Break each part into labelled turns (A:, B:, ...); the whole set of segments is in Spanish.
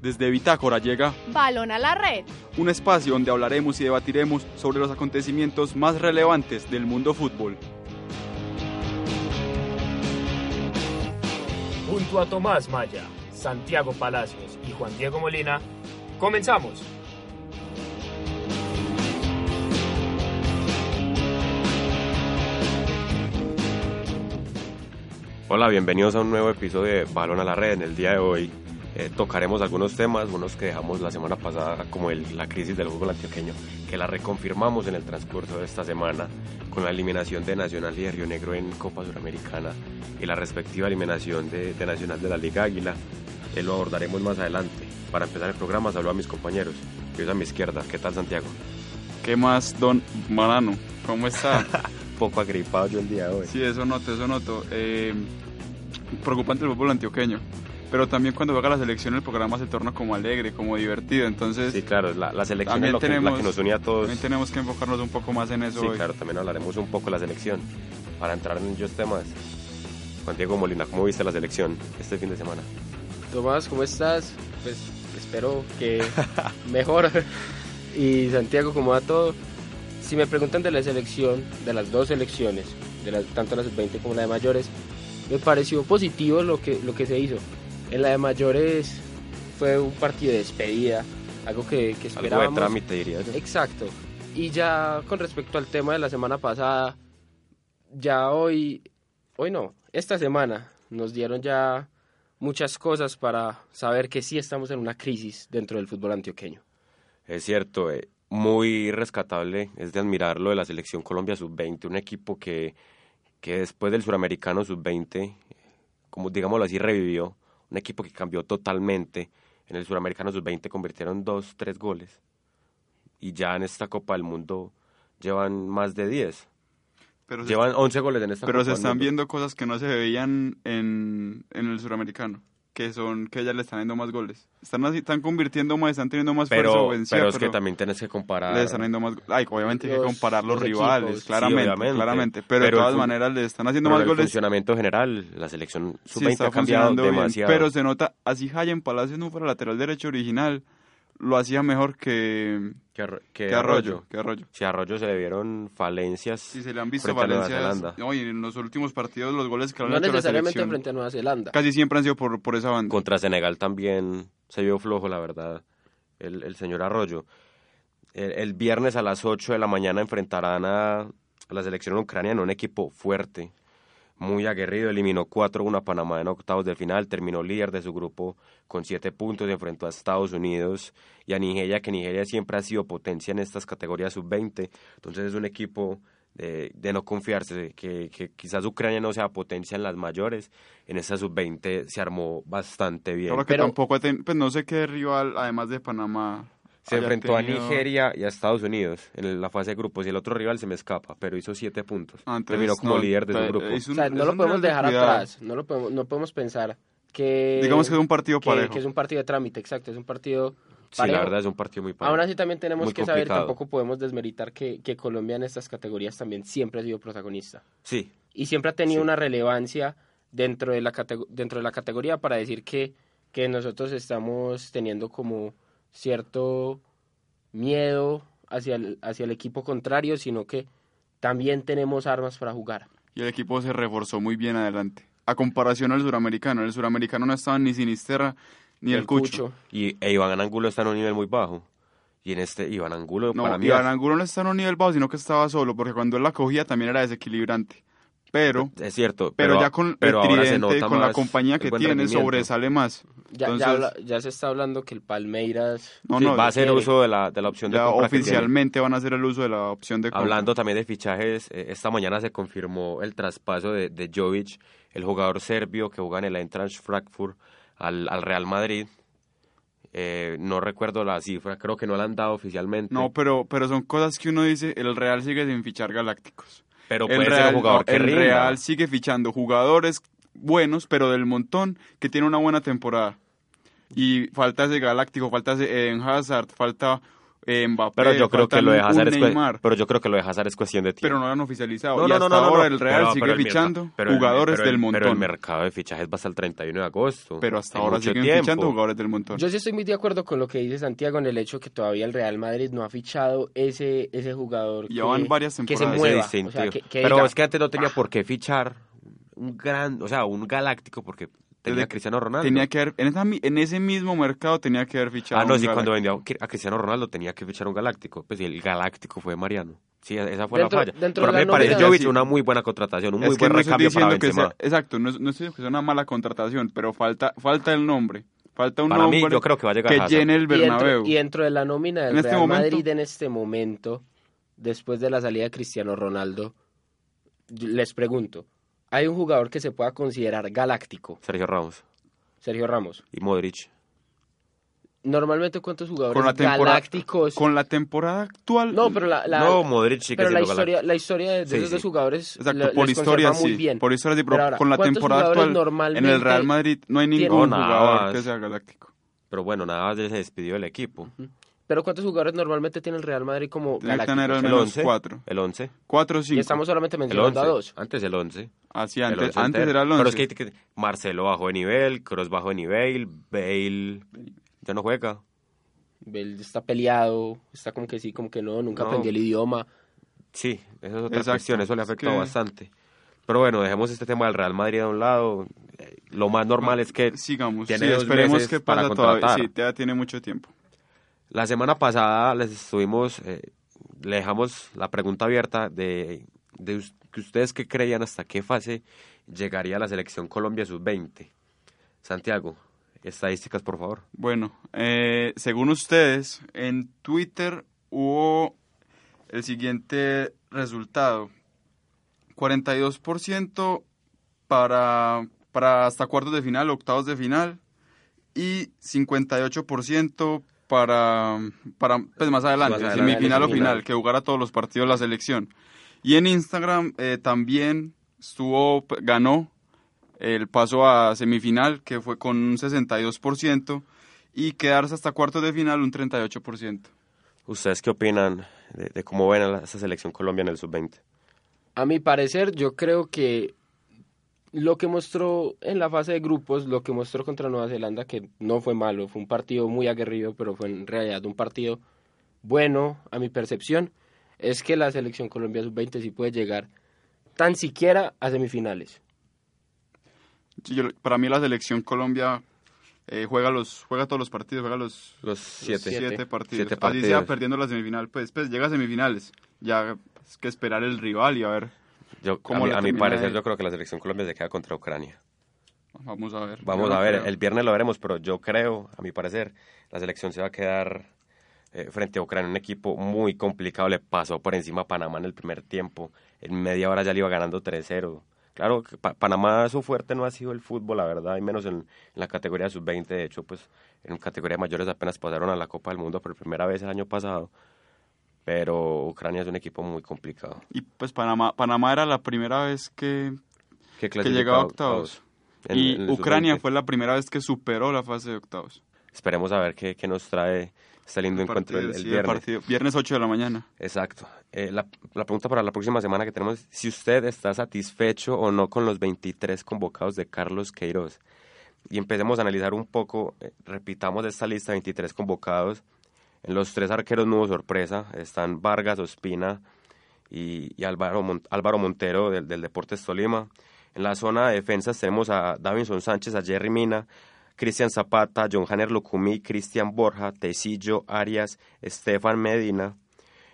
A: Desde Bitácora llega
B: Balón a la red.
A: un espacio donde hablaremos y debatiremos sobre los acontecimientos más relevantes del mundo fútbol.
C: Junto a Tomás Maya, Santiago Palacios y Juan Diego Molina, comenzamos.
D: Hola, bienvenidos a un nuevo episodio de Balón a la Red. En el día de hoy eh, tocaremos algunos temas, unos que dejamos la semana pasada, como el- la crisis del fútbol antioqueño, que la reconfirmamos en el transcurso de esta semana, con la eliminación de Nacional y de Río Negro en Copa Suramericana y la respectiva eliminación de, de Nacional de la Liga Águila. Eh, lo abordaremos más adelante. Para empezar el programa, saludo a mis compañeros. Yo a mi izquierda. ¿Qué tal, Santiago?
A: ¿Qué más, don Marano? ¿Cómo está?
D: Poco agripado yo el día de hoy.
A: Sí, eso noto, eso noto. Eh, preocupante el fútbol antioqueño. Pero también cuando juega la selección el programa se torna como alegre, como divertido. Entonces
D: Sí, claro, la, la selección
A: También
D: es lo que- la
A: tenemos-
D: que nos unía a todos.
A: también tenemos que enfocarnos un poco más en eso
D: Sí,
A: hoy.
D: claro, también hablaremos un poco de la selección. Para entrar en ellos temas, Juan Diego Molina, ¿cómo viste la selección este fin de semana?
E: Tomás, ¿cómo estás? Pues espero que mejor. y Santiago, ¿cómo va todo? Si me preguntan de la selección, de las dos selecciones, de las, tanto la sub-20 como la de mayores, me pareció positivo lo que, lo que se hizo. En la de mayores fue un partido de despedida, algo que, que
D: Algo de
E: esperábamos.
D: trámite, diría yo.
E: Exacto. Y ya con respecto al tema de la semana pasada, ya hoy, hoy no, esta semana nos dieron ya muchas cosas para saber que sí estamos en una crisis dentro del fútbol antioqueño.
D: Es cierto, eh, muy rescatable, es de admirar lo de la selección Colombia sub-20, un equipo que, que después del suramericano sub-20, eh, como digámoslo así, revivió, un equipo que cambió totalmente. En el suramericano sub-20 convirtieron dos, tres goles y ya en esta Copa del Mundo llevan más de 10.
A: Pero, se,
D: Llevan 11 goles en esta
A: pero
D: Copa
A: se
D: del
A: están
D: Mundo.
A: viendo cosas que no se veían en, en el suramericano. Que son que ya le están dando más goles. Están, así- están convirtiendo más, están teniendo más fuerza
D: Pero,
A: ofensiva,
D: pero es que
A: pero-
D: también tienes que comparar.
A: le están haciendo más ay obviamente hay que
E: Los-
A: comparar los,
E: los
A: rivales
E: equipos.
A: claramente
D: Sí, obviamente.
A: claramente pero,
D: Pero
A: de
D: el
A: todas
D: fun-
A: maneras le están haciendo
D: pero
A: más
D: el
A: goles
D: funcionamiento general, la selección
A: sí
D: sub-20
A: está
D: ha cambiado
A: funcionando bien,
D: demasiado.
A: pero se nota así Hayan Palacio no fuera lateral derecho original lo hacía mejor que,
D: que, Arro- que
A: que
D: Arroyo.
A: Arroyo que Arroyo
D: Si a Arroyo se le vieron falencias.
A: sí se le han visto
D: Frente a Nueva
A: Valencia
D: Zelanda.
A: no, y en los últimos partidos los goles que le han
E: No
A: hecho a la
E: necesariamente
A: selección
E: frente a Nueva Zelanda.
A: casi siempre han sido por, por esa banda
D: Contra Senegal también se vio flojo, la verdad, el, el señor Arroyo. El, el viernes a las 8 de la mañana enfrentarán a, a la selección ucraniana, un equipo fuerte, muy aguerrido. Eliminó 4-1 a Panamá en octavos de final, terminó líder de su grupo con 7 puntos, enfrentó a Estados Unidos y a Nigeria, que Nigeria siempre ha sido potencia en estas categorías sub-20. Entonces es un equipo de, de no confiarse, que, que quizás Ucrania no sea potencia en las mayores. En esa sub-20 se armó bastante bien.
A: Ahora que
E: Pero-
A: tampoco ha ten- pues no sé qué rival además de Panamá
D: Se
A: haya
D: enfrentó a
A: tenido-
D: Nigeria y a Estados Unidos en la fase de grupos y el otro rival se me escapa, pero hizo siete puntos.
A: Ah, entonces,
D: Terminó como
A: no,
D: líder de su
A: eh,
D: grupo.
A: es
E: O
A: un-
E: sea,
A: es
E: no lo
A: un
E: podemos
A: nivel de
E: dejar
A: cuidado.
E: atrás, no lo podemos, no podemos pensar que...
A: Digamos que es un partido
E: que,
A: parejo.
E: que es un partido de trámite, exacto, es un partido...
D: Sí,
E: parejo.
D: la verdad es un partido muy parejo.
E: Aún así también tenemos
D: Muy
E: que saber,
D: complicado.
E: tampoco podemos desmeritar que, que Colombia en estas categorías también siempre ha sido protagonista.
D: Sí,
E: Y siempre ha tenido
D: Sí.
E: una relevancia dentro de, la categ- dentro de la categoría para decir que, que nosotros estamos teniendo como cierto miedo hacia el, hacia el equipo contrario, sino que también tenemos armas para jugar.
A: y el equipo se reforzó muy bien adelante. A comparación al suramericano, en el suramericano no estaban ni Sinisterra ni el, Cucho.
D: y e Iván Angulo está en un nivel muy bajo. Y en este Iván Angulo para
A: No,
D: mí
A: Iván Angulo no estaba en un nivel bajo, sino que estaba solo, porque cuando él la cogía también era desequilibrante. Pero,
D: es cierto,
A: pero, ya con
D: pero
A: el
D: ahora se
A: tridente,
D: nota
A: con la
D: más
A: compañía
D: el
A: que
D: buen
A: tiene,
D: rendimiento.
A: sobresale más.
E: Ya, ya
A: Entonces-
E: habla- ya se está hablando que el Palmeiras...
A: No,
D: Sí,
A: no,
D: va a hacer
E: quiere.
D: uso de la, de la opción de
A: ya
D: compra que tiene.
A: oficialmente van a hacer el uso de la opción de compra.
D: Hablando también de fichajes, eh, esta mañana se confirmó el traspaso de, de Jovic el jugador serbio que juega en el Eintracht Frankfurt al, al Real Madrid. Eh, no recuerdo la cifra, creo que no la han dado oficialmente.
A: No, pero, pero son cosas que uno dice, el Real sigue sin fichar galácticos.
D: pero
A: el
D: puede ser
A: Real,
D: un jugador
A: no,
D: que
A: el
D: rinda.
A: Real sigue fichando jugadores buenos, pero del montón, que tiene una buena temporada. Y falta ese Galáctico, falta ese Eden Hazard, falta eh, Mbappé,
D: Pero yo creo
A: falta
D: que lo de
A: un
D: Hazard es cue-
A: Neymar,
D: pero yo creo que lo de Hazard es cuestión de tiempo.
A: pero no lo han oficializado.
D: No,
A: y
D: no,
A: hasta
D: no, no,
A: ahora
D: no.
A: el Real
D: Pero-
A: sigue
D: pero el merca-
A: fichando
D: pero el-
A: jugadores
D: pero el-
A: del montón.
D: Pero
A: Pero,
D: el mercado de fichajes va hasta el 31 de agosto.
A: hasta
D: Hay
A: ahora
D: mucho
A: siguen
D: tiempo.
A: fichando jugadores del montón.
E: Yo sí estoy muy de acuerdo con lo que dice Santiago en el hecho que todavía el Real Madrid no ha fichado ese, ese jugador
A: Ya van
E: que,
A: varias
E: que se
A: temporadas.
D: Ese
E: mueva.
D: distintivo.
E: o sea, que- que
D: pero
E: diga, Ah.
D: es que antes no tenía por qué fichar un gran, o sea, un galáctico porque tenía
A: Desde
D: a Cristiano Ronaldo.
A: Tenía que haber, en, esa mi- en ese mismo mercado tenía que haber fichado.
D: ah, no,
A: un
D: sí, cuando
A: Galáctico.
D: vendía a Cristiano Ronaldo tenía que fichar un galáctico. Pues y el galáctico fue Mariano. Sí, esa fue
E: Dentro-
D: la falla.
E: dentro
D: Pero
E: de
D: me
E: la
D: parece
E: nómina-
D: Jovic una muy buena contratación, un muy
A: Es que
D: buen
A: no estoy
D: recambio para
A: diciendo que
D: Benzema.
A: sea- exacto, no, no estoy diciendo que sea una mala contratación, pero falta, falta el nombre. Falta un
D: Para mí,
A: nombre
D: yo creo que va a llegar
A: que
D: Hazard.
A: llene el
E: y,
A: Bernabéu.
E: dentro, y dentro de pues, la nómina del
A: En este
E: Real
A: momento-
E: Madrid en este momento, después de la salida de Cristiano Ronaldo, yo les pregunto, ¿hay un jugador que se pueda considerar galáctico?
D: Sergio Ramos
E: Sergio Ramos.
D: y Modric.
E: Normalmente, ¿cuántos
A: con, la
E: jugadores
A: temporada,
E: galácticos?
A: con la temporada actual.
E: No, pero la, la-
D: no, Modric sigue
E: pero la
D: siendo
E: historia,
D: galáctico.
E: la historia de, de
D: Sí,
E: esos
D: sí.
E: dos jugadores
A: Exacto,
E: lo-
A: por
E: les
A: historia
E: conserva muy
A: sí.
E: bien.
A: Por historia sí, pero,
E: Pero ahora,
A: con la
E: ¿cuántos
A: temporada
E: jugadores
A: actual. En el
E: normalmente
A: Real Madrid no hay ningún
D: No, nada
A: jugador
D: más.
A: que sea galáctico.
D: Pero bueno, nada más se despidió del equipo.
E: Pero ¿cuántos jugadores normalmente tiene el Real Madrid como
A: Tiene que tener al
E: galácticos?
D: El
A: menos
D: 11.
A: cuatro.
D: El 11.
A: Cuatro o cinco.
E: Y estamos solamente
D: El
E: mencionando
D: 11.
E: a dos.
D: Antes el 11.
A: Así,
D: El
A: antes,
D: 11
A: antes
D: entero.
A: era el
D: Pero
A: once.
D: es que, hay que- Marcelo bajó de nivel, Cross bajó de nivel, Bale ya no juega.
E: Él está peleado, está como que sí, como que no, nunca
D: No.
E: aprendió el idioma.
D: Sí, esa es otra
A: Exacto,
D: cuestión, eso le ha
A: es
D: afectado
A: que-
D: bastante. Pero bueno, dejemos este tema del Real Madrid a un lado. Eh, Lo más normal es que
A: Sigamos.
D: tiene
A: sí,
D: dos
A: esperemos
D: meses
A: que
D: para
A: pasa todavía.
D: contratar.
A: Sí, ya tiene mucho tiempo.
D: La semana pasada les estuvimos, eh, le dejamos la pregunta abierta de, de us- que ustedes qué creían hasta qué fase llegaría la selección Colombia sub-20. Santiago, estadísticas por favor.
A: Bueno, eh, según ustedes, en Twitter hubo el siguiente resultado. 42% para, para hasta cuartos de final, octavos de final y 58% para, para pues más adelante,
D: Más adelante,
A: semifinal o
D: semifinal.
A: final, que jugara todos los partidos la selección. Y en Instagram eh, también estuvo, ganó el paso a semifinal, que fue con un 62%, y quedarse hasta cuartos de final un 38%.
D: ¿Ustedes qué opinan de, de cómo ven a la- esa selección Colombia en el sub-20?
E: A mi parecer, yo creo que lo que mostró en la fase de grupos, lo que mostró contra Nueva Zelanda, que no fue malo, fue un partido muy aguerrido, pero fue en realidad un partido bueno, a mi percepción, es que la selección Colombia sub-20 sí puede llegar tan siquiera a semifinales.
A: Sí, yo- para mí la selección Colombia eh, juega los juega todos los partidos, juega los
D: Los siete.
A: siete
E: Siete.
A: partidos.
D: Siete
A: Así sea
D: partidos.
A: perdiendo la semifinal, pues, pues llega a semifinales. Ya es que esperar el rival y a ver,
D: Yo, a
A: ¿Cómo
D: mi,
A: la
D: a mi
A: termina
D: parecer,
A: él?
D: yo creo que la selección Colombia se queda contra Ucrania.
A: vamos a ver.
D: Vamos
A: Yo no
D: a ver,
A: creo.
D: el viernes lo veremos, pero yo creo, a mi parecer, la selección se va a quedar eh, frente a Ucrania, un equipo muy complicado. Le pasó por encima a Panamá en el primer tiempo. En media hora ya le iba ganando 3-0. Claro, que Pa- Panamá su fuerte no ha sido el fútbol, la verdad, y menos en, en la categoría sub-20. De hecho, pues en categoría de mayores apenas pasaron a la Copa del Mundo por primera vez el año pasado. Pero Ucrania es un equipo muy complicado.
A: Y pues Panamá, Panamá era la primera vez que,
D: Que,
A: que llegaba a
D: clasificado-
A: octavos.
D: en-
A: y
D: en el
A: Ucrania
D: sub-20.
A: fue la primera vez que superó la fase de octavos.
D: Esperemos a ver qué, qué nos trae este lindo encuentro el,
A: Partido,
D: el
A: sí,
D: viernes.
A: partido. Viernes 8 de la mañana.
D: Exacto. Eh, la, la pregunta para la próxima semana que tenemos es si usted está satisfecho o no con los 23 convocados de Carlos Queiroz. Y empecemos a analizar un poco, eh, repitamos esta lista, 23 convocados. En los tres arqueros no hubo sorpresa, están Vargas, Ospina y, y Álvaro, Mon- Álvaro Montero del, del Deportes Tolima. En la zona de defensas tenemos a Davinson Sánchez, a Jerry Mina, Cristian Zapata, John Hanner Lucumí, Cristian Borja, Tecillo, Arias, Estefan Medina.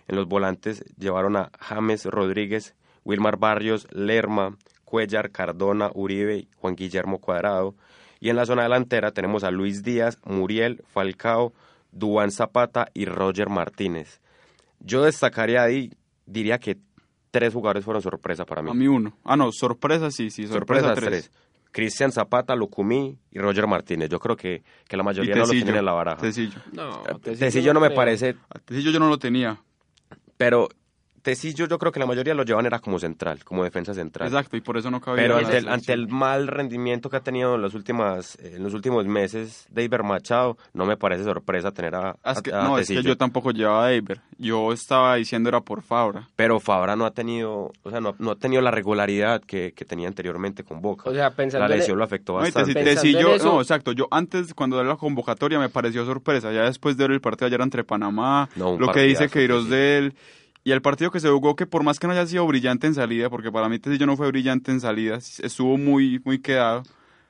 D: En los volantes llevaron a James Rodríguez, Wilmar Barrios, Lerma, Cuellar, Cardona, Uribe y Juan Guillermo Cuadrado. Y en la zona delantera tenemos a Luis Díaz, Muriel, Falcao, Duan Zapata y Roger Martínez. Yo destacaría ahí, diría que tres jugadores fueron sorpresa para mí.
A: A mí uno. Ah, no, sorpresa sí, sí, sorpresa,
D: Sorpresas
A: tres.
D: tres. Cristian Zapata, Lucumí y Roger Martínez. Yo creo que, que la
A: Y
D: mayoría no lo
A: Tecillo.
D: tienen en la baraja.
A: Tecillo.
E: pues No,
D: Eh,
E: Tecillo
D: Tecillo no me
E: creo.
D: parece,
A: A Tecillo yo no lo tenía.
D: pero Tecillo yo creo que la mayoría lo llevan era como central, como defensa central.
A: Exacto, y por eso no cabía.
D: Pero
A: en la
D: ante el, ante
A: selección.
D: el mal rendimiento que ha tenido en los, últimas, en los últimos meses de Iber Machado, no me parece sorpresa tener a,
A: Ah, es que-
D: a- a
A: no, es que
D: Tecillo.
A: yo tampoco llevaba a Eiber. Yo estaba diciendo era por Fabra.
D: Pero Fabra no ha tenido, o sea, no, no ha tenido la regularidad que, que tenía anteriormente con Boca.
E: O sea, pensando
D: la
E: en-
D: lesión lo afectó
A: No, y
D: bastante.
A: te,
E: Pensando
A: te- si
E: en
A: yo-
E: eso-
A: no, exacto. Yo antes, cuando era la convocatoria, me pareció sorpresa. Ya después de ver el partido ayer entre Panamá,
D: No, un
A: lo que dice
D: partidazo,
A: Queiroz
D: sí.
A: de él, y el partido que se jugó, que por más que no haya sido brillante en salida, porque para mí Tecillo no fue brillante en salida, estuvo muy, muy quedado.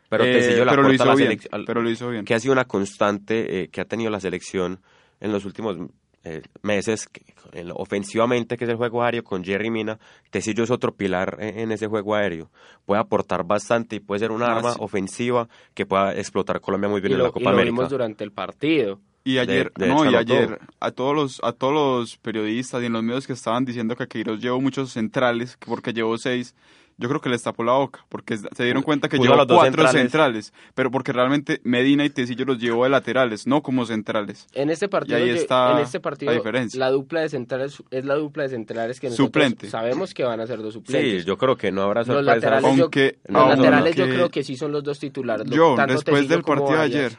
D: pero
A: eh,
D: Tecillo la
A: pero lo
D: aporta a
A: hizo
D: la
A: bien.
D: selección- al-
A: Pero lo hizo bien.
D: que ha sido una constante eh, que ha tenido la selección en los últimos eh, meses, que- en lo- ofensivamente, que es el juego aéreo con Jerry Mina, Tecillo es otro pilar en, en ese juego aéreo. Puede aportar bastante y puede ser un
A: Ah,
D: arma
A: sí.
D: ofensiva que pueda explotar Colombia muy bien
E: y
D: en
E: lo,
D: la
E: y
D: Copa
E: lo
D: América.
E: vimos durante el partido.
A: Y ayer,
D: de
A: no,
D: hecho
A: y
D: anotó.
A: ayer a todos los a todos los periodistas y en los medios que estaban diciendo que Queiroz llevó muchos centrales, que porque llevó seis, yo creo que les tapó la boca, porque se dieron cuenta que
D: puso a
A: llevó
D: los dos
A: cuatro centrales.
D: centrales.
A: pero porque realmente Medina y Tecillo los llevó de laterales, no como centrales.
E: En este partido,
A: ahí
E: yo-
A: está
E: en este partido
A: la diferencia.
E: dupla de centrales es la dupla de centrales que nosotros
A: Suplente.
E: sabemos que van a ser dos suplentes.
D: Sí, yo creo que no habrá
E: los
D: sorpresas.
E: laterales, yo,
A: Aunque-
E: los
D: Pues, aunque-
E: laterales yo creo que sí son los dos titulares. lo-
A: Ah, Yo,
E: tanto
A: después
E: Tecillo
A: del
E: como
A: partido de
E: Arias.
A: ayer,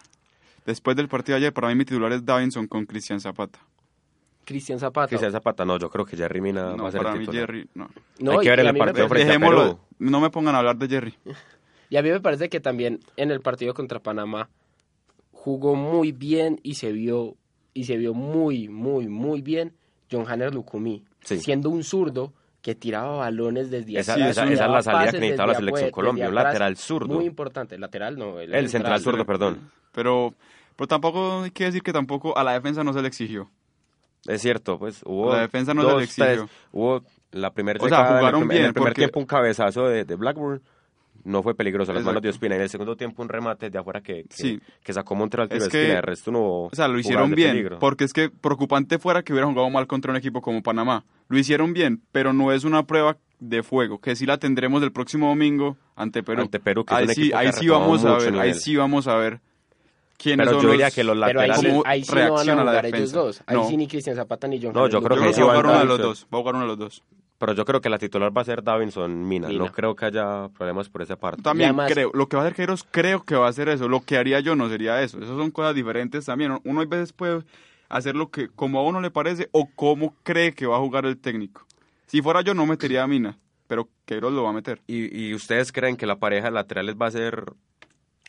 A: después del partido de ayer, para mí mi titular es Davinson con Cristian Zapata.
E: Cristian Zapata.
D: Quizás Zapata, no, yo creo que Jerry Mina va
A: No,
D: a ser
A: para
D: el
A: mí
D: titular.
A: Jerry, no.
E: No,
D: Hay que
E: y-
D: ver
E: y
D: el
E: a mí me
D: partido
E: parece-
D: frente a
A: Dejémoslo,
D: Perú.
A: no me pongan a hablar de Jerry.
E: Y a mí me parece que también en el partido contra Panamá jugó muy bien y se vio y se vio muy muy muy bien John Hanner Lukumi,
D: Sí.
E: siendo un zurdo que tiraba balones desde
D: Esa-
E: atrás,
D: esa- esa es
E: daba
D: la salida que
E: pases
D: necesitaba
E: desde
D: la selección
E: afuera,
D: Colombia,
E: desde
D: un
E: atrás.
D: lateral zurdo.
E: Muy importante, lateral no, el,
D: El central zurdo, perdón.
A: Pero pero tampoco hay que decir que tampoco a la defensa no se le exigió.
D: Es cierto, pues hubo.
A: La defensa no se
D: dos,
A: le exigió.
D: tres, Hubo la primera
A: O sea, jugaron
D: en el, primer- en
A: bien,
D: el primer
A: porque-
D: tiempo un cabezazo de, de Blackburn. No fue peligroso, las
A: Exacto.
D: manos de Ospina. Y en el segundo tiempo un remate de afuera que, que,
A: Sí.
D: que sacó Montreal tiro
A: Es
D: de
A: que-
D: esquina. El resto no hubo
A: O sea, lo
D: jugadas
A: hicieron
D: de
A: bien,
D: peligro.
A: porque es que preocupante fuera que hubiera jugado mal contra un equipo como Panamá. Lo hicieron bien, pero no es una prueba de fuego, que sí la tendremos el próximo domingo ante Perú.
D: Ante Perú, que es
A: ahí
D: un
A: sí,
D: equipo que
A: ahí
D: ha
A: sí
D: retomado
A: vamos a
D: mucho
A: ver, ahí
D: nivel.
A: sí vamos a ver quiénes
D: Pero
A: son
D: yo diría
A: los-
D: que los
E: Pero ahí sí,
D: laterales.
A: ¿Cómo
E: ahí sí no van a
A: reacciona la
E: jugar ellos
A: defensa?
E: dos. Ahí
A: No.
E: sí ni Cristian Zapata ni John
D: No,
E: Hanner
D: yo creo
A: Yo
D: que
A: creo
D: sí
A: que va a
D: van
A: jugar uno de los dos,
D: Davinson.
A: va a jugar uno de los dos.
D: Pero yo creo que la titular va a ser Davinson Mina.
E: Mina.
D: No creo que haya problemas por esa parte.
A: También
E: además-
A: creo, lo que va a hacer Queiroz creo que va a hacer eso, lo que haría yo no sería eso, esas son cosas diferentes también, uno a veces puede hacer lo que como a uno le parece o como cree que va a jugar el técnico. Si fuera yo no metería a Mina, pero Queiroz lo va a meter.
D: ¿Y, y ustedes creen que la pareja de laterales va a ser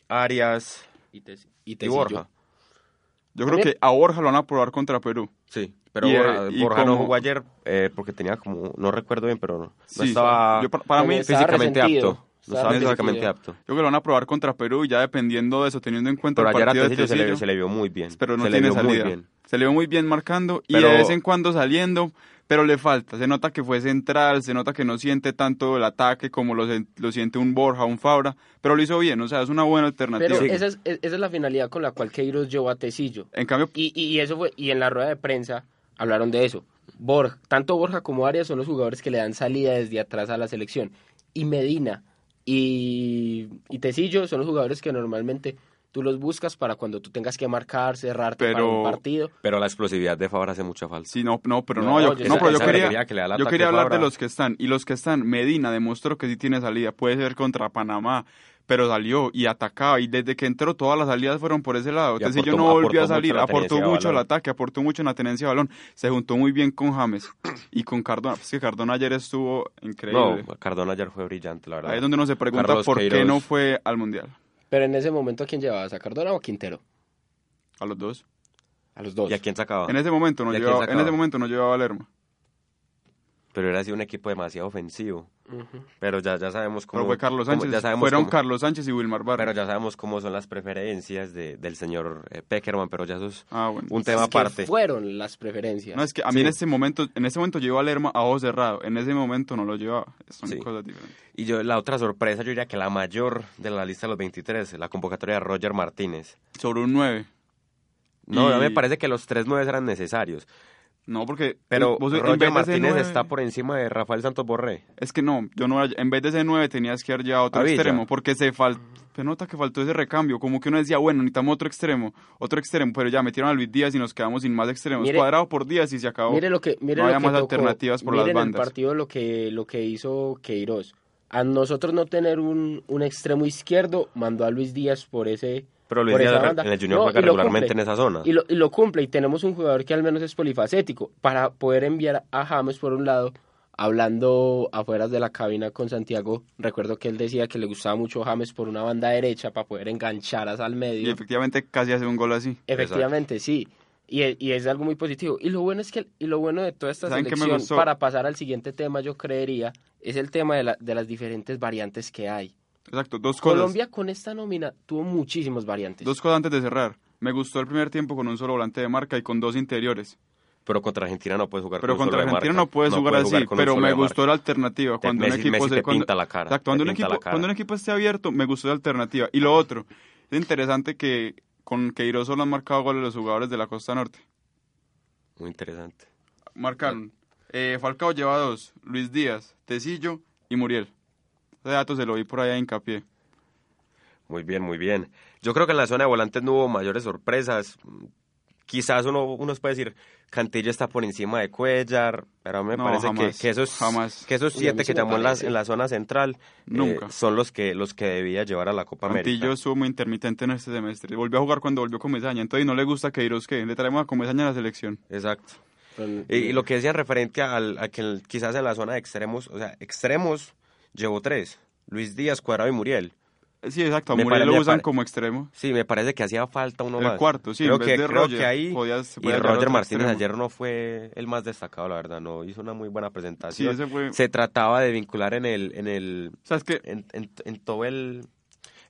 D: Arias
E: y, Tec- y
D: y
E: Tecillo.
D: Borja?
A: Yo creo
E: También-
A: que a Borja lo van a probar contra Perú.
D: Sí, pero
A: Y, eh,
D: Borja,
A: y
D: Borja no
A: como-
D: jugó ayer eh, porque tenía como, no recuerdo bien, pero no, no
A: Sí,
D: estaba
A: yo pa- para mí
E: Estaba
D: físicamente
E: resentido.
D: apto. No estaba
E: Estaba
D: físicamente
E: resentido.
D: apto.
A: Yo creo que lo van a probar contra Perú y ya dependiendo de eso, teniendo en cuenta
D: Pero
A: el
D: ayer a
A: partido de
D: Tecillo se le,
A: Tecillo,
D: se le vio muy bien.
A: pero no
D: se
A: tiene
D: le vio muy
A: salida.
D: bien.
A: Se le ve muy bien marcando y
D: Pero-
A: de vez en cuando saliendo, pero le falta. Se nota que fue central, se nota que no siente tanto el ataque como lo, sen- lo siente un Borja, un Fabra, pero lo hizo bien, o sea, es una buena alternativa.
E: Pero esa, es, esa es la finalidad con la cual Queiroz llevó a Tecillo.
A: En cambio,
E: Y, y- y eso fue, y en la rueda de prensa hablaron de eso. Borja, tanto Borja como Arias son los jugadores que le dan salida desde atrás a la selección. Y Medina y, y Tecillo son los jugadores que normalmente tú los buscas para cuando tú tengas que marcar, cerrarte para
A: Pero-
E: un partido.
D: Pero la explosividad de Fabra hace mucha falta.
A: sí, no, no, pero no,
E: No,
A: yo,
E: yo-
A: no, pero yo
E: esa
A: quería,
D: alegría que le da el
A: yo
D: ataque
A: quería hablar de
D: Fabra.
A: los que están y los que están. Medina demostró que sí tiene salida, puede ser contra Panamá. Pero salió y atacaba, y desde que entró todas las salidas fueron por ese lado.
D: Y
A: Entonces yo
D: aportó-
A: no
D: aportó
A: volvió a
D: mucho
A: salir,
D: en la
A: aportó
D: tenencia de
A: mucho al
D: balón.
A: ataque, aportó mucho en la tenencia de balón. Se juntó muy bien con James y con Cardona. Es que Cardona ayer estuvo
D: No,
A: increíble.
D: Cardona ayer fue brillante, la verdad.
A: Ahí es donde uno se pregunta
D: Carlos
A: por qué
D: Queiroz.
A: no fue al Mundial.
E: Pero en ese momento, ¿a quién llevabas? ¿A Cardona o a Quintero?
A: A los dos.
E: A los dos.
D: ¿Y a quién sacaba?
A: En ese momento no
D: ¿Y a quién
A: llevaba, en
D: Ah. sacaba?
A: ese momento no llevaba a Lerma.
D: Pero era así un equipo demasiado ofensivo. Pero ya, ya sabemos cómo...
A: Pero fue Carlos
D: cómo-
A: Sánchez.
D: ya sabemos
A: Fueron
D: cómo-
A: Carlos Sánchez y Wilmar Barra.
D: Pero ya sabemos cómo son las preferencias de- del señor eh, Peckerman, pero ya eso es
A: Ah, bueno.
D: un
E: Es
D: tema
E: que
D: aparte.
E: fueron las preferencias.
A: No, es que a mí en ese momento, en ese momento llevó a Lerma a ojo cerrado, en ese momento no lo llevaba, son
D: Sí.
A: cosas diferentes.
D: Y yo, la otra sorpresa, yo diría que la mayor de la lista de los 23, la convocatoria de Roger Martínez.
A: Sobre un 9,
D: No,
A: Y-
D: me parece que los tres nueve eran necesarios.
A: No, porque
D: Pero
A: vos- en vez
D: Roger
A: de
D: Martínez
A: C9
D: está por encima de Rafael Santos Borré.
A: Es que no, yo no era- en vez de ese 9 tenías que dar ya otro
D: A Villa.
A: extremo, porque se fal- se nota que faltó ese recambio, como que uno decía, bueno, necesitamos otro extremo, otro extremo, pero ya metieron a Luis Díaz y nos quedamos sin más extremos,
E: Mire-
A: cuadrado por Díaz y se acabó.
E: Mire lo que, mire
A: No
E: lo
A: había
E: que
A: más
E: tocó.
A: alternativas por
E: Miren
A: las
E: el
A: bandas.
E: partido lo que, lo que hizo Queiroz. A nosotros no tener un, un extremo izquierdo, mandó a Luis Díaz por ese
D: Pero Luis
E: por
D: Díaz
E: esa
D: re-
E: banda.
D: en el Junior
E: No,
D: juega
E: y lo
D: regularmente en
E: cumple.
D: esa zona.
E: Y lo, y lo cumple, y tenemos un jugador que al menos es polifacético, para poder enviar a James por un lado, hablando afuera de la cabina con Santiago, recuerdo que él decía que le gustaba mucho James por una banda derecha para poder enganchar hasta al
A: Y
E: medio.
A: efectivamente casi hace un gol así.
E: Efectivamente, sí. Y es, y es algo muy positivo. Y lo bueno es que y lo bueno de toda esta
A: ¿Saben qué me
E: selección,
A: gustó?
E: para pasar al siguiente tema, yo creería, es el tema de, la- de las diferentes variantes que hay.
A: Exacto, dos cosas.
E: Colombia con esta nómina tuvo muchísimas variantes.
A: Dos cosas antes de cerrar. Me gustó el primer tiempo con un solo volante de marca y con dos interiores.
D: Pero contra Argentina no puedes jugar
A: Pero
D: con un
A: contra
D: solo de
A: Argentina
D: marca.
A: no puedes jugar así,
D: con un
A: pero
D: solo
A: me
D: de
A: gustó
D: marca.
A: la alternativa.
D: Te-
A: Cuando un
D: Messi-
A: equipo
D: Messi
A: se
D: te
A: cuando-
D: pinta la cara,
A: Exacto,
D: te
A: cuando un,
D: pinta
A: equipo,
D: la cara.
A: cuando un equipo esté abierto, me gustó la alternativa. Y lo otro, es interesante que con Queiroz solo han marcado goles los jugadores de la Costa Norte.
D: Muy interesante.
A: Marcaron. eh, Falcao lleva dos, Luis Díaz, Tecillo y Muriel. Ese dato se lo vi por allá de
D: Eh,
A: hincapié.
D: Muy bien, muy bien. Yo creo que en la zona de volantes no hubo mayores sorpresas. Quizás uno, uno puede decir, Cantillo está por encima de Cuellar, pero a mí me
A: No,
D: parece que-
A: jamás,
D: que, esos,
A: jamás.
D: que esos
E: Uy, a
D: siete
E: mí sí
D: que
E: me
D: llamó en la,
E: parece.
D: en la zona central eh,
A: Nunca.
D: son los que, los que debía llevar a la Copa América.
A: Cantillo estuvo muy intermitente en este semestre. Volvió a jugar cuando volvió Comesaña. Entonces no le gusta Queiroz que le traemos a Comesaña a la selección.
D: Exacto.
E: Con-
D: Y, y lo que decían referente al, a que el- quizás en la zona de extremos, o sea, extremos llevó tres. Luis Díaz, Cuadrado y Muriel.
A: Sí, exacto. A
D: Me
A: Muriel
D: pare-
A: lo
D: me
A: usan
D: pare-
A: como extremo.
D: Sí, me parece que hacía falta uno
A: El
D: más.
A: cuarto, sí,
D: creo
A: en vez
D: que,
A: de
D: creo
A: Roger,
D: que ahí
A: podía- se
D: y
A: podía llevar
D: Roger
A: otro
D: Martínez
A: extremo.
D: ayer no fue el más destacado, la verdad, no hizo una muy buena
A: Sí,
D: presentación.
A: ese fue...
D: Se trataba de vincular en el en el
A: O sea, es que
D: en, en- en todo el, el,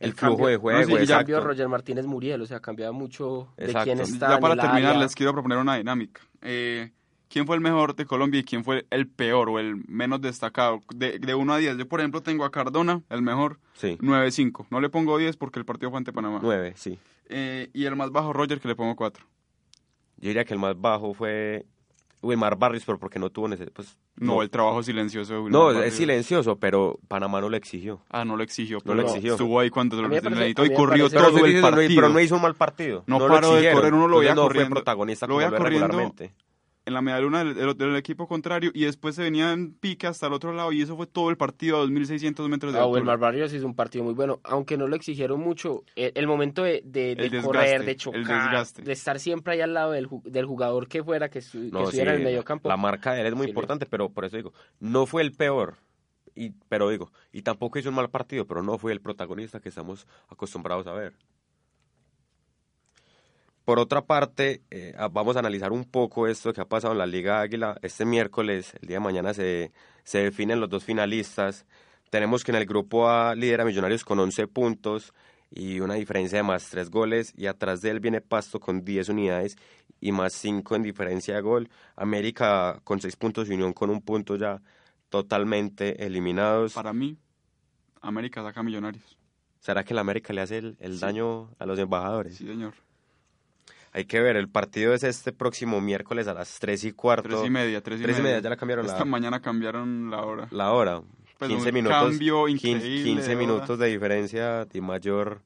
E: El
D: flujo
E: cambio.
D: de
E: No,
D: juego.
A: sí,
E: En
A: ya-
D: exacto.
E: cambio, Roger Martínez Muriel, o sea, cambiaba mucho
D: Exacto.
E: de quién está.
A: ya
E: en
A: para
E: el
A: terminar
E: área.
A: les quiero proponer una dinámica. Eh, ¿Quién fue el mejor de Colombia y quién fue el peor o el menos destacado? De, de 1 a 10. Yo, por ejemplo, tengo a Cardona, el mejor,
D: Sí,
A: 9-5. No le pongo 10 porque el partido fue ante Panamá.
D: nueve, sí.
A: Eh, y el más bajo, Roger, que le pongo 4.
D: Yo diría que el más bajo fue Wilmar Barrios, pero porque no tuvo nece- pues,
A: No, el trabajo silencioso. de Wilmar
D: No,
A: Barrios.
D: es silencioso, pero Panamá no lo exigió.
A: Ah, no lo exigió.
D: No
A: Pero
D: lo exigió.
A: Estuvo ahí cuando se
E: A
A: lo
E: mí me parece-
A: necesitó
E: a
A: y
E: mí me
A: corrió
E: parece-
D: Pero
A: todo
D: estoy
A: el
D: diciendo, no-
A: partido.
D: pero no hizo un mal partido.
A: No
D: lo
A: paró de
D: exigieron.
A: correr, uno lo veía
D: Entonces no fue
A: corriendo.
D: protagonista
A: Lo
D: como
A: veía
D: lo es
A: corriendo.
D: regularmente.
A: en la medalluna del, del- del equipo contrario y después se venían pique hasta el otro lado y eso fue todo el partido a 2.600 metros de
E: Ah,
A: altura.
E: Wilmar Barrios hizo un partido muy bueno, aunque no lo exigieron mucho. El, el momento de, de- de
A: El desgaste,
E: correr, de
A: el
E: chocar,
A: desgaste.
E: de estar siempre ahí al lado del, ju- del jugador que fuera, que, su- que
D: No, sí,
E: estuviera en el mediocampo.
D: La marca de él es muy
E: Sí,
D: importante, pero por eso digo, no fue el peor, y, pero digo, y tampoco hizo un mal partido, pero no fue el protagonista que estamos acostumbrados a ver. Por otra parte, eh, a- vamos a analizar un poco esto que ha pasado en la Liga Águila. Este miércoles, el día de mañana, se, se definen los dos finalistas. Tenemos que en el grupo A lidera Millonarios con 11 puntos y una diferencia de más 3 goles. Y atrás de él viene Pasto con 10 unidades y más 5 en diferencia de gol. América con 6 puntos y Unión con un punto ya totalmente eliminados.
A: Para mí, América saca a Millonarios.
D: ¿Será que la América le hace el, el daño a los embajadores?
A: Sí, señor.
D: Hay que ver, el partido es este próximo miércoles a las 3 y cuarto.
A: Tres y media, tres y
D: Tres y
A: media.
D: media, ya la cambiaron la-
A: Esta mañana cambiaron la hora.
D: la hora.
A: Pues
D: 15
A: un
D: minutos,
A: cambio
D: 15
A: increíble
D: 15
A: de hora.
D: minutos de diferencia, Di Mayor.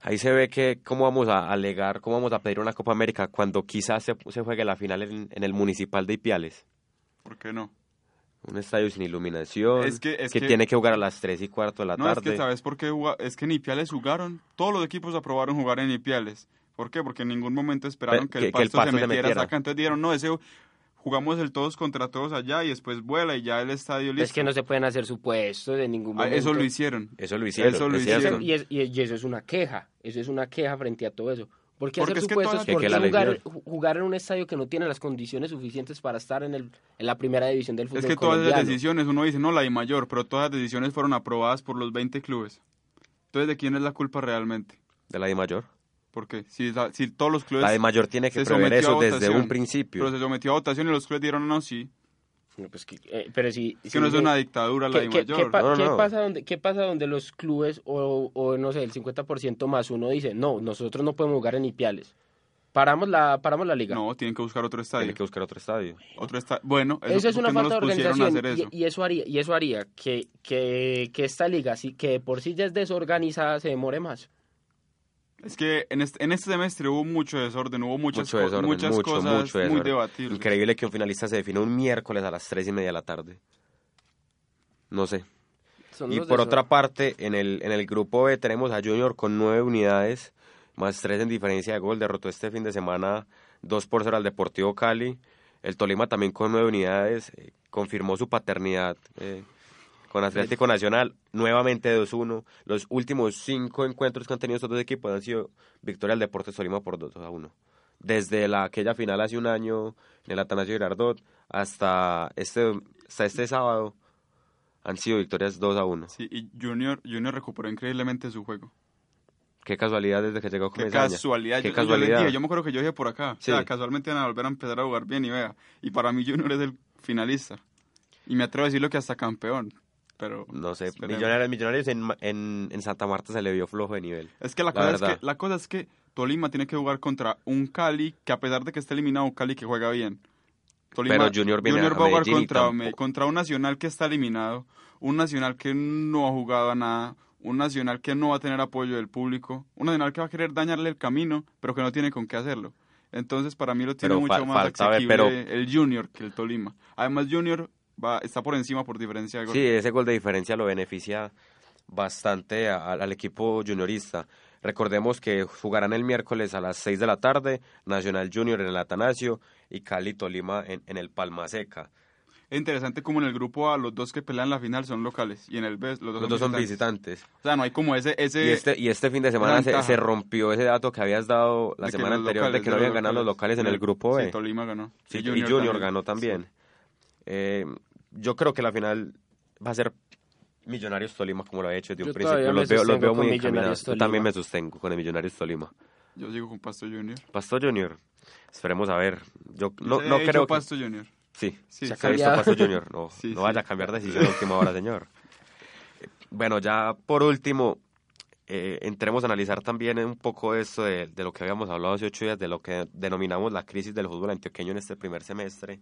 D: Ahí se ve que cómo vamos a alegar, cómo vamos a pedir una Copa América cuando quizás se, se juegue la final en, en el Municipal de Ipiales.
A: ¿Por qué no?
D: Un estadio sin iluminación,
A: Es que- es que-
D: tiene que jugar a las 3 y cuarto de la
A: No, es
D: tarde.
A: que sabes por qué juga- es que en Ipiales jugaron, todos los equipos aprobaron jugar en Ipiales. ¿Por qué? Porque en ningún momento esperaron
D: Pe-
A: que, el
D: que- que el
A: Pasto se
D: Pasto se
A: metiera,
D: metiera.
A: saca. Entonces dijeron, no, ese jugamos el todos contra todos allá y después vuela y ya el estadio listo.
E: es que no se pueden hacer supuestos en ningún
A: Ah,
E: momento.
A: eso lo hicieron.
D: Eso lo hicieron.
A: Eso lo
D: es
E: Y eso-
D: cierto.
A: hicieron.
E: Y, es- y es- y eso es una queja. Eso es una queja frente a todo eso. ¿Por qué
A: Porque
E: hacer
A: es que
E: supuestos?
A: todas-
E: ¿Por
D: Que- que
E: qué
D: la
E: jugar,
D: leyeron.
E: ju- jugar en un estadio que no tiene las condiciones suficientes para estar en, el, en la primera división del fútbol
A: Es que todas las
E: colombiano?
A: decisiones, uno dice, no, la de mayor, pero todas las decisiones fueron aprobadas por los 20 clubes. Entonces, ¿de quién es la culpa realmente?
D: De la Di Mayor.
A: Porque si, la- si todos los clubes...
D: La Di Mayor tiene que
A: Pues se
D: prever
A: sometió
D: eso
A: a
D: desde
A: votación,
D: un principio.
A: Pero se sometió a votación y los clubes dieron no, sí.
E: No, pues que- eh, pero si,
A: Es
E: si
A: que no es
E: dice-
A: una dictadura la de
E: ¿Qué, qué- qué
A: mayor.
E: pa-
D: No,
E: qué
D: no.
E: pasa donde, ¿Qué pasa donde los clubes o, o, no sé, el 50% más uno dice, no, nosotros no podemos jugar en Ipiales? Paramos la, paramos la liga.
A: No, tienen que buscar otro estadio.
D: Tiene que buscar otro estadio.
A: Otro esta- Bueno, eso,
E: Eso es una falta de organización
A: hacer eso?
E: Y, y eso haría, y eso haría que, que, que esta liga, si, que de por sí ya es desorganizada, se demore más.
A: Es que en este, en este semestre hubo mucho desorden, hubo muchas,
D: Mucho
A: co-
D: desorden,
A: muchas
D: mucho,
A: cosas
D: mucho
A: muy
D: desorden.
A: debatibles.
D: Increíble que un finalista se defina un miércoles a las tres y media de la tarde. No sé.
E: Son
D: Y
E: unos
D: por
E: desor-
D: otra parte, en el, en el grupo B tenemos a Junior con nueve unidades, más tres en diferencia de gol. Derrotó este fin de semana 2 por 0 al Deportivo Cali. El Tolima también con nueve unidades. eh, confirmó su paternidad eh, con Atlético Nacional, nuevamente 2-1. Los últimos cinco encuentros que han tenido estos dos equipos han sido victoria al Deportes Tolima por 2-1. Desde la, aquella final hace un año en el Atanasio Girardot hasta este, hasta este sábado han sido victorias 2 a 1.
A: Sí, y Junior, Junior recuperó increíblemente su juego.
D: Qué casualidad desde que llegó
A: Qué
D: Comesaña.
A: casualidad.
D: Qué
A: yo, yo les
D: casualidad.
A: dije, yo me acuerdo que yo dije por acá.
D: Sí.
A: O sea, casualmente van a volver a empezar a jugar bien y vea. Y para mí Junior es el finalista. Y me atrevo a decirlo que hasta campeón. Pero
D: No sé,
A: esperemos.
D: Millonarios, Millonarios en, Ma- en, en Santa Marta se le vio flojo de nivel.
A: Es que la,
D: La
A: cosa es
D: verdad.
A: que la cosa es que Tolima tiene que jugar contra un Cali que a pesar de que está eliminado, un Cali que juega bien. Tolima,
D: Pero Junior viene
A: va
D: a
A: a jugar
D: Medellín y
A: contra,
D: tampoco-
A: contra un Nacional que está eliminado, un Nacional que no ha jugado a nada, un Nacional que no va a tener apoyo del público, un Nacional que va a querer dañarle el camino, pero que no tiene con qué hacerlo. Entonces, para mí lo tiene
D: Pero
A: mucho
D: fa-
A: más
D: falta ver,
A: asequible el Junior que el Tolima. Además, Junior va, está por encima por diferencia de gol.
D: Sí, ese gol de diferencia lo beneficia bastante a- al equipo juniorista. Recordemos que jugarán el miércoles a las 6 de la tarde, Nacional Junior en el Atanasio y Cali Tolima en, en el Palma Seca.
A: Es interesante como en el grupo A los dos que pelean la final son locales y en el B los dos,
D: Los dos son visitantes.
A: O sea, no hay como ese... ese
D: Y este, y este fin de semana se,
A: ventaja.
D: se rompió ese dato que habías dado la
A: de que
D: semana
A: los
D: anterior de
A: locales,
D: que no
A: los
D: habían ganado los locales en el grupo
A: Sí,
D: B.
A: Tolima ganó.
D: Sí, y Junior, ganó también. Eh, yo creo que la final va a ser Millonarios Tolima, como lo ha hecho desde
E: Yo
D: un principio.
E: todavía me
D: Los veo, los
E: sostengo
D: veo
E: con
D: muy
E: Millonarios
D: encaminados. Yo
E: Tolima.
D: también me sostengo con el Millonarios Tolima.
A: Sí. Yo sigo con Pasto Junior.
D: Pasto Junior, esperemos a ver. Yo no,
A: Yo he
D: no
A: dicho
D: creo que.
A: Pasto Junior.
D: Sí,
A: Sí,
D: se ha
A: sí.
D: visto
E: Ya.
D: Pasto Junior. No,
A: Sí,
D: no
A: sí.
D: vaya a cambiar de decisión a última hora, señor. Eh, Bueno, ya por último, eh, entremos a analizar también un poco esto de, de lo que habíamos hablado hace ocho días, de lo que denominamos la crisis del fútbol antioqueño en este primer semestre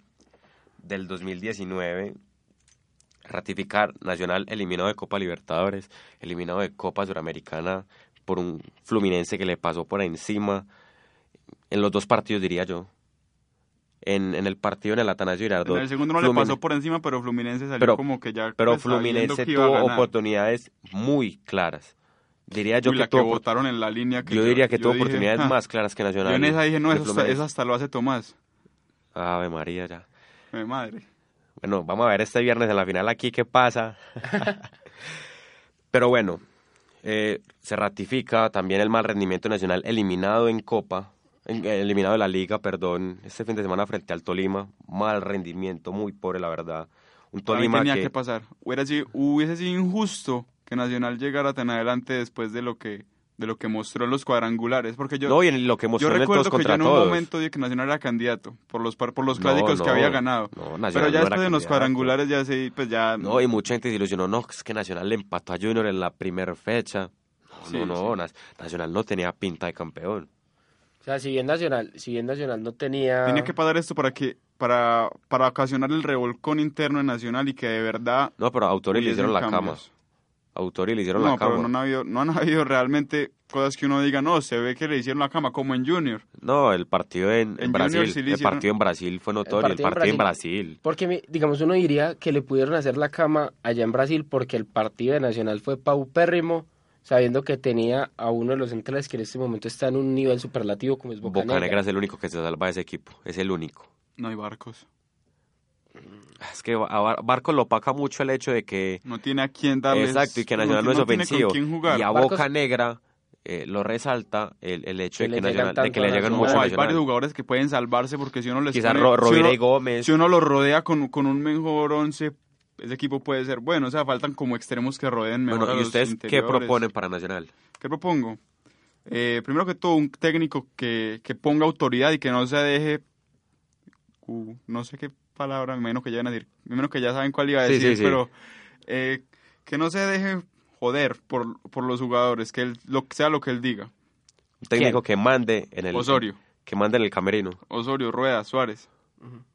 D: del 2019. Ratificar Nacional eliminado de Copa Libertadores, eliminado de Copa Suramericana por un Fluminense que le pasó por encima en los dos partidos, diría yo. En, en el partido en el Atanasio Girardot.
A: En el segundo no le
D: Flumine-
A: pasó por encima, pero Fluminense salió
D: Pero-
A: como que ya...
D: pero
A: pues, sabiendo
D: Fluminense
A: que iba a
D: tuvo
A: ganar.
D: oportunidades muy claras. Diría yo
A: Uy,
D: que
A: la que
D: tuvo, opor-
A: votaron en la línea. Que
D: yo diría que
A: yo
D: tuvo
A: dije,
D: oportunidades
A: "Ja".
D: más claras que
A: Yo
D: Nacional.
A: en esa dije, no,
D: de
A: eso, está-
D: Fluminense.
A: eso hasta lo hace Tomás.
D: Ave María ya.
A: Mi madre.
D: Bueno, vamos a ver este viernes en la final aquí qué pasa. Pero bueno, eh, se ratifica también el mal rendimiento nacional eliminado en Copa, en- eh, eliminado de la Liga, perdón, este fin de semana frente al Tolima. Mal rendimiento, muy pobre la verdad. Un
A: Para mí
D: Tolima
A: tenía
D: que,
A: que pasar. Hubiera sido, hubiese sido injusto que Nacional llegara tan adelante después de lo que de lo que mostró en los cuadrangulares, porque yo
D: no y en lo que
A: yo
D: mostró en el
A: recuerdo
D: todos
A: que yo
D: contra
A: en un
D: todos.
A: momento dije que Nacional era candidato por los par- por los
D: No,
A: clásicos que
D: no,
A: había ganado.
D: no, Nacional
A: Pero ya
D: no era
A: después de los
D: candidato.
A: cuadrangulares ya sí, pues ya
D: No, y mucha gente se ilusionó, no, es que Nacional le empató a Junior en la primera fecha. No,
A: Sí,
D: no, no, Nas- Nacional no tenía pinta de campeón.
E: O sea, si bien Nacional, si bien Nacional no tenía...
A: tenía que pasar esto para que para para ocasionar el revolcón interno en Nacional y que de verdad
D: No, pero a Autori le hicieron la
A: hubiesen
D: cama.
A: cambios.
D: A Autori le hicieron
A: No,
D: la
A: pero
D: cama.
A: no han, habido, no han habido realmente cosas que uno diga, no, se ve que le hicieron la cama como en Junior.
D: No, el partido en, en
A: En Junior
D: Brasil,
A: sí le
D: el
A: hicieron-
D: partido en Brasil fue notorio, el partido, en Brasil.
E: Porque, mi- digamos, uno diría que le pudieron hacer la cama allá en Brasil porque el partido de Nacional fue paupérrimo, sabiendo que tenía a uno de los centrales que en este momento está en un nivel superlativo como es Boca,
D: Boca Negra
E: Negra.
D: es el único que se salva de ese equipo, es el único.
A: No hay barcos.
D: Es que a Bar- Barco lo opaca mucho el hecho de que
A: No tiene a quién darles.
D: Exacto, y que Nacional no, es
A: tiene
D: ofensivo.
A: con quién jugar.
D: Y a
E: Barcos-
D: Boca Negra eh, lo resalta el, el hecho
E: Que
D: de que,
E: le llegan
D: Nacional- de que
E: tanto
D: le
E: a
D: llegan
E: Nacional.
D: mucho
A: No,
D: a
A: hay varios
D: Nacional.
A: jugadores que pueden salvarse porque si uno les
D: Quizás
A: pone-
D: Ro-
A: si uno-
D: Rovira y Gómez.
A: Si uno los rodea con, con un mejor once, ese equipo puede ser bueno. O sea, faltan como extremos que rodeen mejor a
D: Bueno, ¿y
A: los
D: ustedes qué
A: interiores.
D: proponen para Nacional?
A: ¿Qué propongo? Eh, primero que todo, un técnico que, que ponga autoridad y que no se deje... cu- no sé qué palabra, menos que ya van a decir. menos que ya saben cuál iba a
D: Sí,
A: decir,
D: sí, sí.
A: pero... eh, que no se deje joder por, por los jugadores, que él, lo, sea lo que él diga.
D: Un técnico que mande en el
A: Osorio.
D: que manda en el camerino.
A: Osorio, Rueda, Suárez.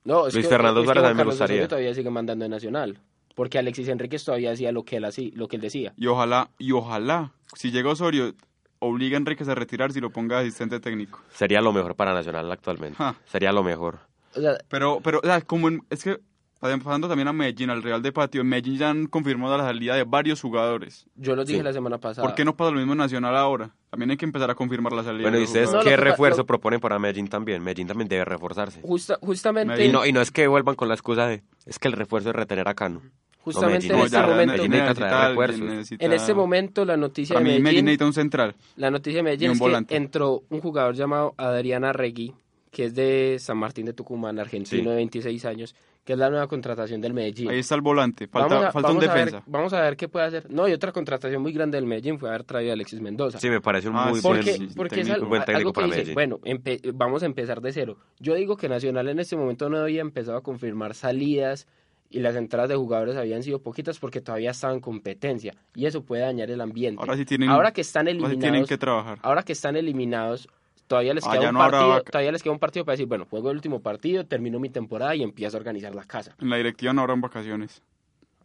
E: No, es
D: Luis
E: que-
D: Fernando
E: es que
D: Suárez
E: Juan
D: a mí me
E: Carlos
D: gustaría.
E: Osorio todavía sigue mandando en Nacional. Porque Alexis Enríquez todavía hacía lo que él, hacía, lo que él decía.
A: Y ojalá, y ojalá, si llega Osorio, obliga a Enríquez a retirarse y lo ponga de asistente técnico.
D: Sería lo mejor para Nacional actualmente.
A: Ja.
D: Sería lo mejor.
E: O sea,
A: Pero, pero, o sea, como en- es que, pasando también a Medellín, al Real de Patio, en Medellín ya han confirmado la salida de varios jugadores.
E: yo lo dije
D: Sí.
E: la semana pasada.
A: ¿Por qué no pasa lo mismo en Nacional ahora? También hay que empezar a confirmar la salida.
D: Bueno,
A: de
D: ¿y
A: los
D: ustedes
E: No, lo
A: jugadores.
D: qué
E: que pa-
D: refuerzo
E: lo-
D: proponen para Medellín también? Medellín también debe reforzarse.
E: Justa- justamente
D: Y
A: Medellín.
D: no, y no es que vuelvan con la excusa de, es que el refuerzo es retener a Cano.
E: Justamente
D: No,
E: en
D: Medellín,
E: este
D: no, ya,
E: momento,
D: Medellín necesita traer
A: necesita alguien,
D: refuerzos.
A: necesita-
E: en este momento la noticia
A: Para
E: de
A: mí, Medellín
E: Medellín,
A: necesita un central.
E: la noticia de
A: y
E: Medellín
A: un
E: es
A: volante.
E: que entró un jugador llamado Adrián Arregui, que es de San Martín de Tucumán, argentino
D: Sí.
E: de 26 años, que es la nueva contratación del Medellín.
A: Ahí está el volante. Falta,
E: Vamos a-
A: falta un
E: vamos a ver-
A: defensa.
E: vamos a ver qué puede hacer. No, y otra contratación muy grande del Medellín fue haber traído a Alexis Mendoza.
D: Sí, me parece un
A: Ah,
D: muy
A: sí,
D: buen...
E: porque
A: sí,
E: porque es
A: técnico,
E: al-
D: buen técnico
E: algo que
D: para
E: dice,
D: Medellín.
E: bueno, empe- vamos a empezar de cero. Yo digo que Nacional en este momento no había empezado a confirmar salidas y las entradas de jugadores habían sido poquitas porque todavía estaban en competencia y eso puede dañar el ambiente.
A: Ahora sí tienen,
E: Ahora que están
A: ahora sí
E: eliminados,
A: tienen que trabajar.
E: ahora que están eliminados, todavía les
A: Ah,
E: queda
A: ya
E: un
A: no habrá
E: partido,
A: vaca.
E: todavía les queda un partido para decir, bueno, juego el último partido, termino mi temporada y empiezo a organizar la casa.
A: En la directiva no habrán vacaciones.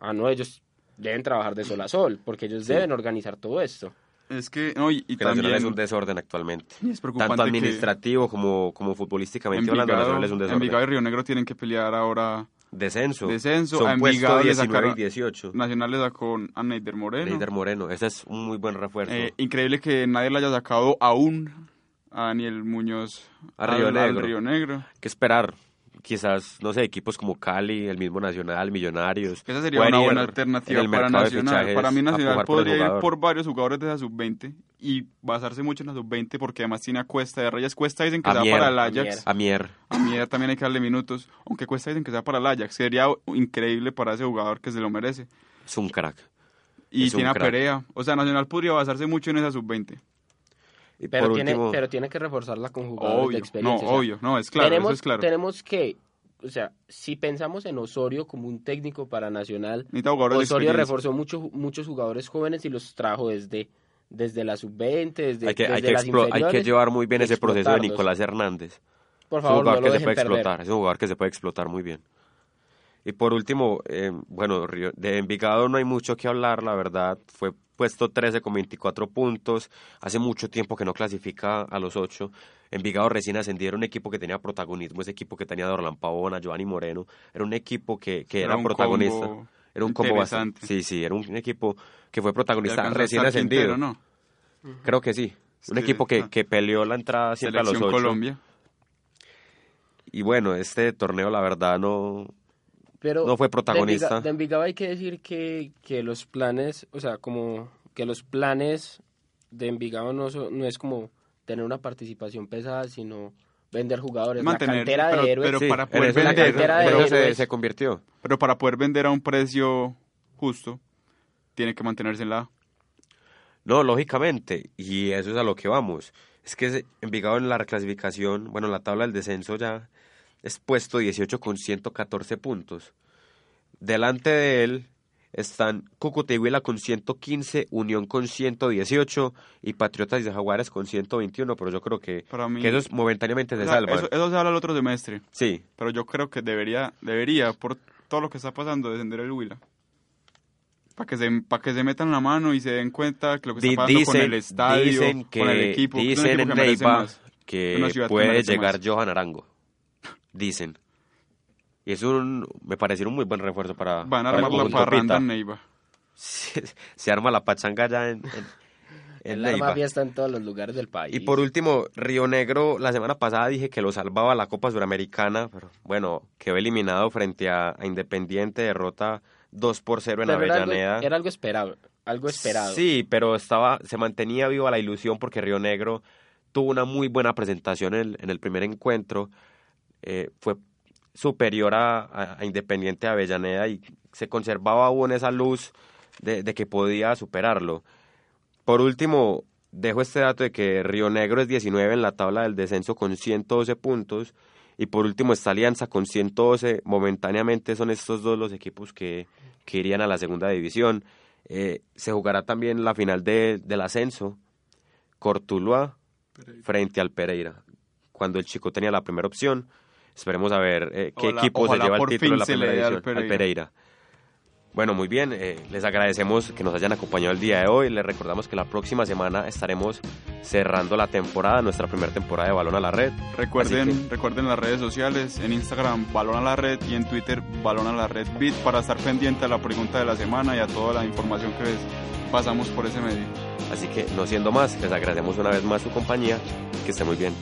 E: Ah, no, ellos deben trabajar de sol a sol porque ellos deben organizar todo esto.
A: Es que, no, y, y
D: Que Nacional
A: también
D: es un desorden actualmente.
A: y es preocupante
D: Tanto
A: que
D: administrativo como, como futbolísticamente hablando, Nacional es un desorden.
A: Envigado y Río Negro tienen que pelear ahora.
D: Descenso.
A: Descenso, a
D: Son
A: Envigado
D: puestos
A: le
D: 19 y
A: sacaron-
D: 18.
A: Nacional le sacó a Neider Moreno.
D: Leider Moreno. Ese es un muy buen refuerzo.
A: Eh, increíble que nadie le haya sacado aún a Daniel Muñoz
D: A Río
A: al- al
D: Negro.
A: Río Negro.
D: que esperar. Quizás, no sé, equipos como Cali, el mismo Nacional, Millonarios.
A: Esa sería
D: pueden
A: una
D: ir
A: buena
D: en
A: alternativa
D: el
A: para
D: mercado de
A: Nacional.
D: fichajes
A: Para mí
D: a
A: Nacional
D: pujar por el
A: podría ir
D: jugador.
A: por varios jugadores de esa sub-20 y basarse mucho en la sub-20 porque además tiene a Cuesta de Reyes. Cuesta dicen que
D: A
A: sea
D: Mier,
A: para el
D: a
A: Ajax.
D: A Mier.
A: A Mier también hay que darle minutos. Aunque Cuesta dicen que sea para el Ajax. Sería increíble para ese jugador que se lo merece.
D: Es un crack.
A: Y
D: Es un
A: tiene a
D: crack.
A: Perea. O sea, Nacional podría basarse mucho en esa sub-20.
D: Y
E: Pero
D: por
E: tiene,
D: último,
E: pero tiene que reforzarla con jugadores de
A: Obvio. No,
E: experiencia. o sea,
A: obvio. No, es claro.
E: tenemos,
A: eso es claro.
E: tenemos que, o sea, si pensamos en Osorio como un técnico para Nacional,
A: Necesita jugadores de
E: Osorio
A: experiencia.
E: reforzó mucho, muchos jugadores jóvenes y los trajo desde, desde la sub-20, desde,
D: hay, que, hay,
E: desde
D: que
E: las
D: explo- hay que
E: inferiores.
D: llevar muy bien ese proceso de
E: explotarlos.
D: Nicolás Hernández.
E: Por
D: es un
E: favor, no lo
D: jugador que se
E: dejen
D: puede
E: perder.
D: explotar. Es un jugador que se puede explotar muy bien. Y por último, eh, bueno, Río- de Envigado no hay mucho que hablar, la verdad. Fue puesto 13 con 24 puntos. Hace mucho tiempo que no clasifica a los 8. Envigado recién ascendido era un equipo que tenía protagonismo. Ese equipo que tenía a Dorlan Pavona, Giovanni Moreno. Era un equipo que, que era,
A: un
D: protagonista.
A: combo
D: Era un combo
A: interesante.
D: bastante. Sí, sí, era un equipo que fue
A: Le
D: protagonista
A: alcanzó
D: recién
A: hasta el
D: ascendido.
A: Quintero, ¿no?
D: Creo que sí. Un
A: que-
D: equipo
A: ah.
D: que, que peleó la entrada siempre
A: Selección
D: a los 8.
A: Colombia.
D: Y bueno, este torneo, la verdad, no,
E: Pero
D: No fue
E: de
D: protagonista.
E: Enviga- De Envigado, hay que decir que, que los planes, o sea, como que los planes de Envigado no, so- no es como tener una participación pesada, sino vender jugadores. la
A: Mantener,
E: cantera
A: pero-
E: de héroes.
A: pero
D: Sí,
A: para
D: en
A: poder
D: eso-
E: La
A: vender-
E: cantera de
D: en eso se,
E: héroes.
D: se convirtió.
A: Pero para poder vender a un precio justo, tiene que mantenerse en la A.
D: No, lógicamente, y eso es a lo que vamos. Es que se- Envigado en la reclasificación, bueno, en la tabla del descenso ya es puesto 18 con 114 puntos. Delante de él están Cúcuta y Huila con 115, Unión con 118 y Patriotas de Jaguares con 121, pero yo creo que,
A: Para mí-
D: que esos momentáneamente se
A: O sea,
D: salvan.
A: eso, eso se habla el otro semestre,
D: Sí,
A: pero yo creo que debería, debería por todo lo que está pasando, descender el Huila. Para que, se, pa' que se metan la mano y se den cuenta que lo que
D: Di-
A: está pasando con el estadio,
D: dicen que,
A: con el equipo, que es un
D: dicen
A: equipo
D: en
A: que merece
D: Neiva
A: más.
D: que
A: Una ciudad que
D: puede
A: merece
D: llegar
A: más.
D: Johan Arango. Dicen. Y es un, me pareció un muy buen refuerzo para.
A: Van a
D: para el
A: armar la
D: conjunto
A: parranda
D: Pita.
A: en Neiva.
D: Se, se arma la pachanga ya en, en, en
E: El
D: Neiva.
E: arma fiesta en todos los lugares del país.
D: Y por último, Río Negro, la semana pasada dije que lo salvaba la Copa Suramericana, pero bueno, quedó eliminado frente a, a Independiente, derrota 2 por 0 en
E: Pero era algo,
D: Avellaneda.
E: era algo esperado. Algo esperado.
D: Sí, pero estaba, se mantenía viva la ilusión porque Río Negro tuvo una muy buena presentación en el, en el primer encuentro. Eh, fue superior a, a- a Independiente Avellaneda y se conservaba aún esa luz de, de que podía superarlo. Por último, dejo este dato de que Río Negro es 19 en la tabla del descenso con 112 puntos. Y por último está Alianza con 112. Momentáneamente son estos dos los equipos que, que irían a la segunda división. Eh, se jugará también la final de- del ascenso. Cortuluá frente al Pereira. Cuar- cuando el Chico tenía la primera opción. Esperemos a ver eh, qué
A: Ojalá-
D: equipo se
A: ojalá
D: lleva el
A: por
D: título de
A: fin
D: la
A: se le
D: primera
A: dé al
D: edición, al Pereira.
A: Pereira.
D: Bueno, muy bien, eh, les agradecemos que nos hayan acompañado el día de hoy. Les recordamos que la próxima semana estaremos cerrando la temporada, nuestra primera temporada de Balón a la Red. Así
A: Recuerden, recuerden las redes sociales, en Instagram Balón a la Red y en Twitter Balón a la Red Bit para estar pendiente a la pregunta de la semana y a toda la información que les pasamos por ese medio.
D: Así que, no siendo más, les agradecemos una vez más su compañía. Que esté muy bien.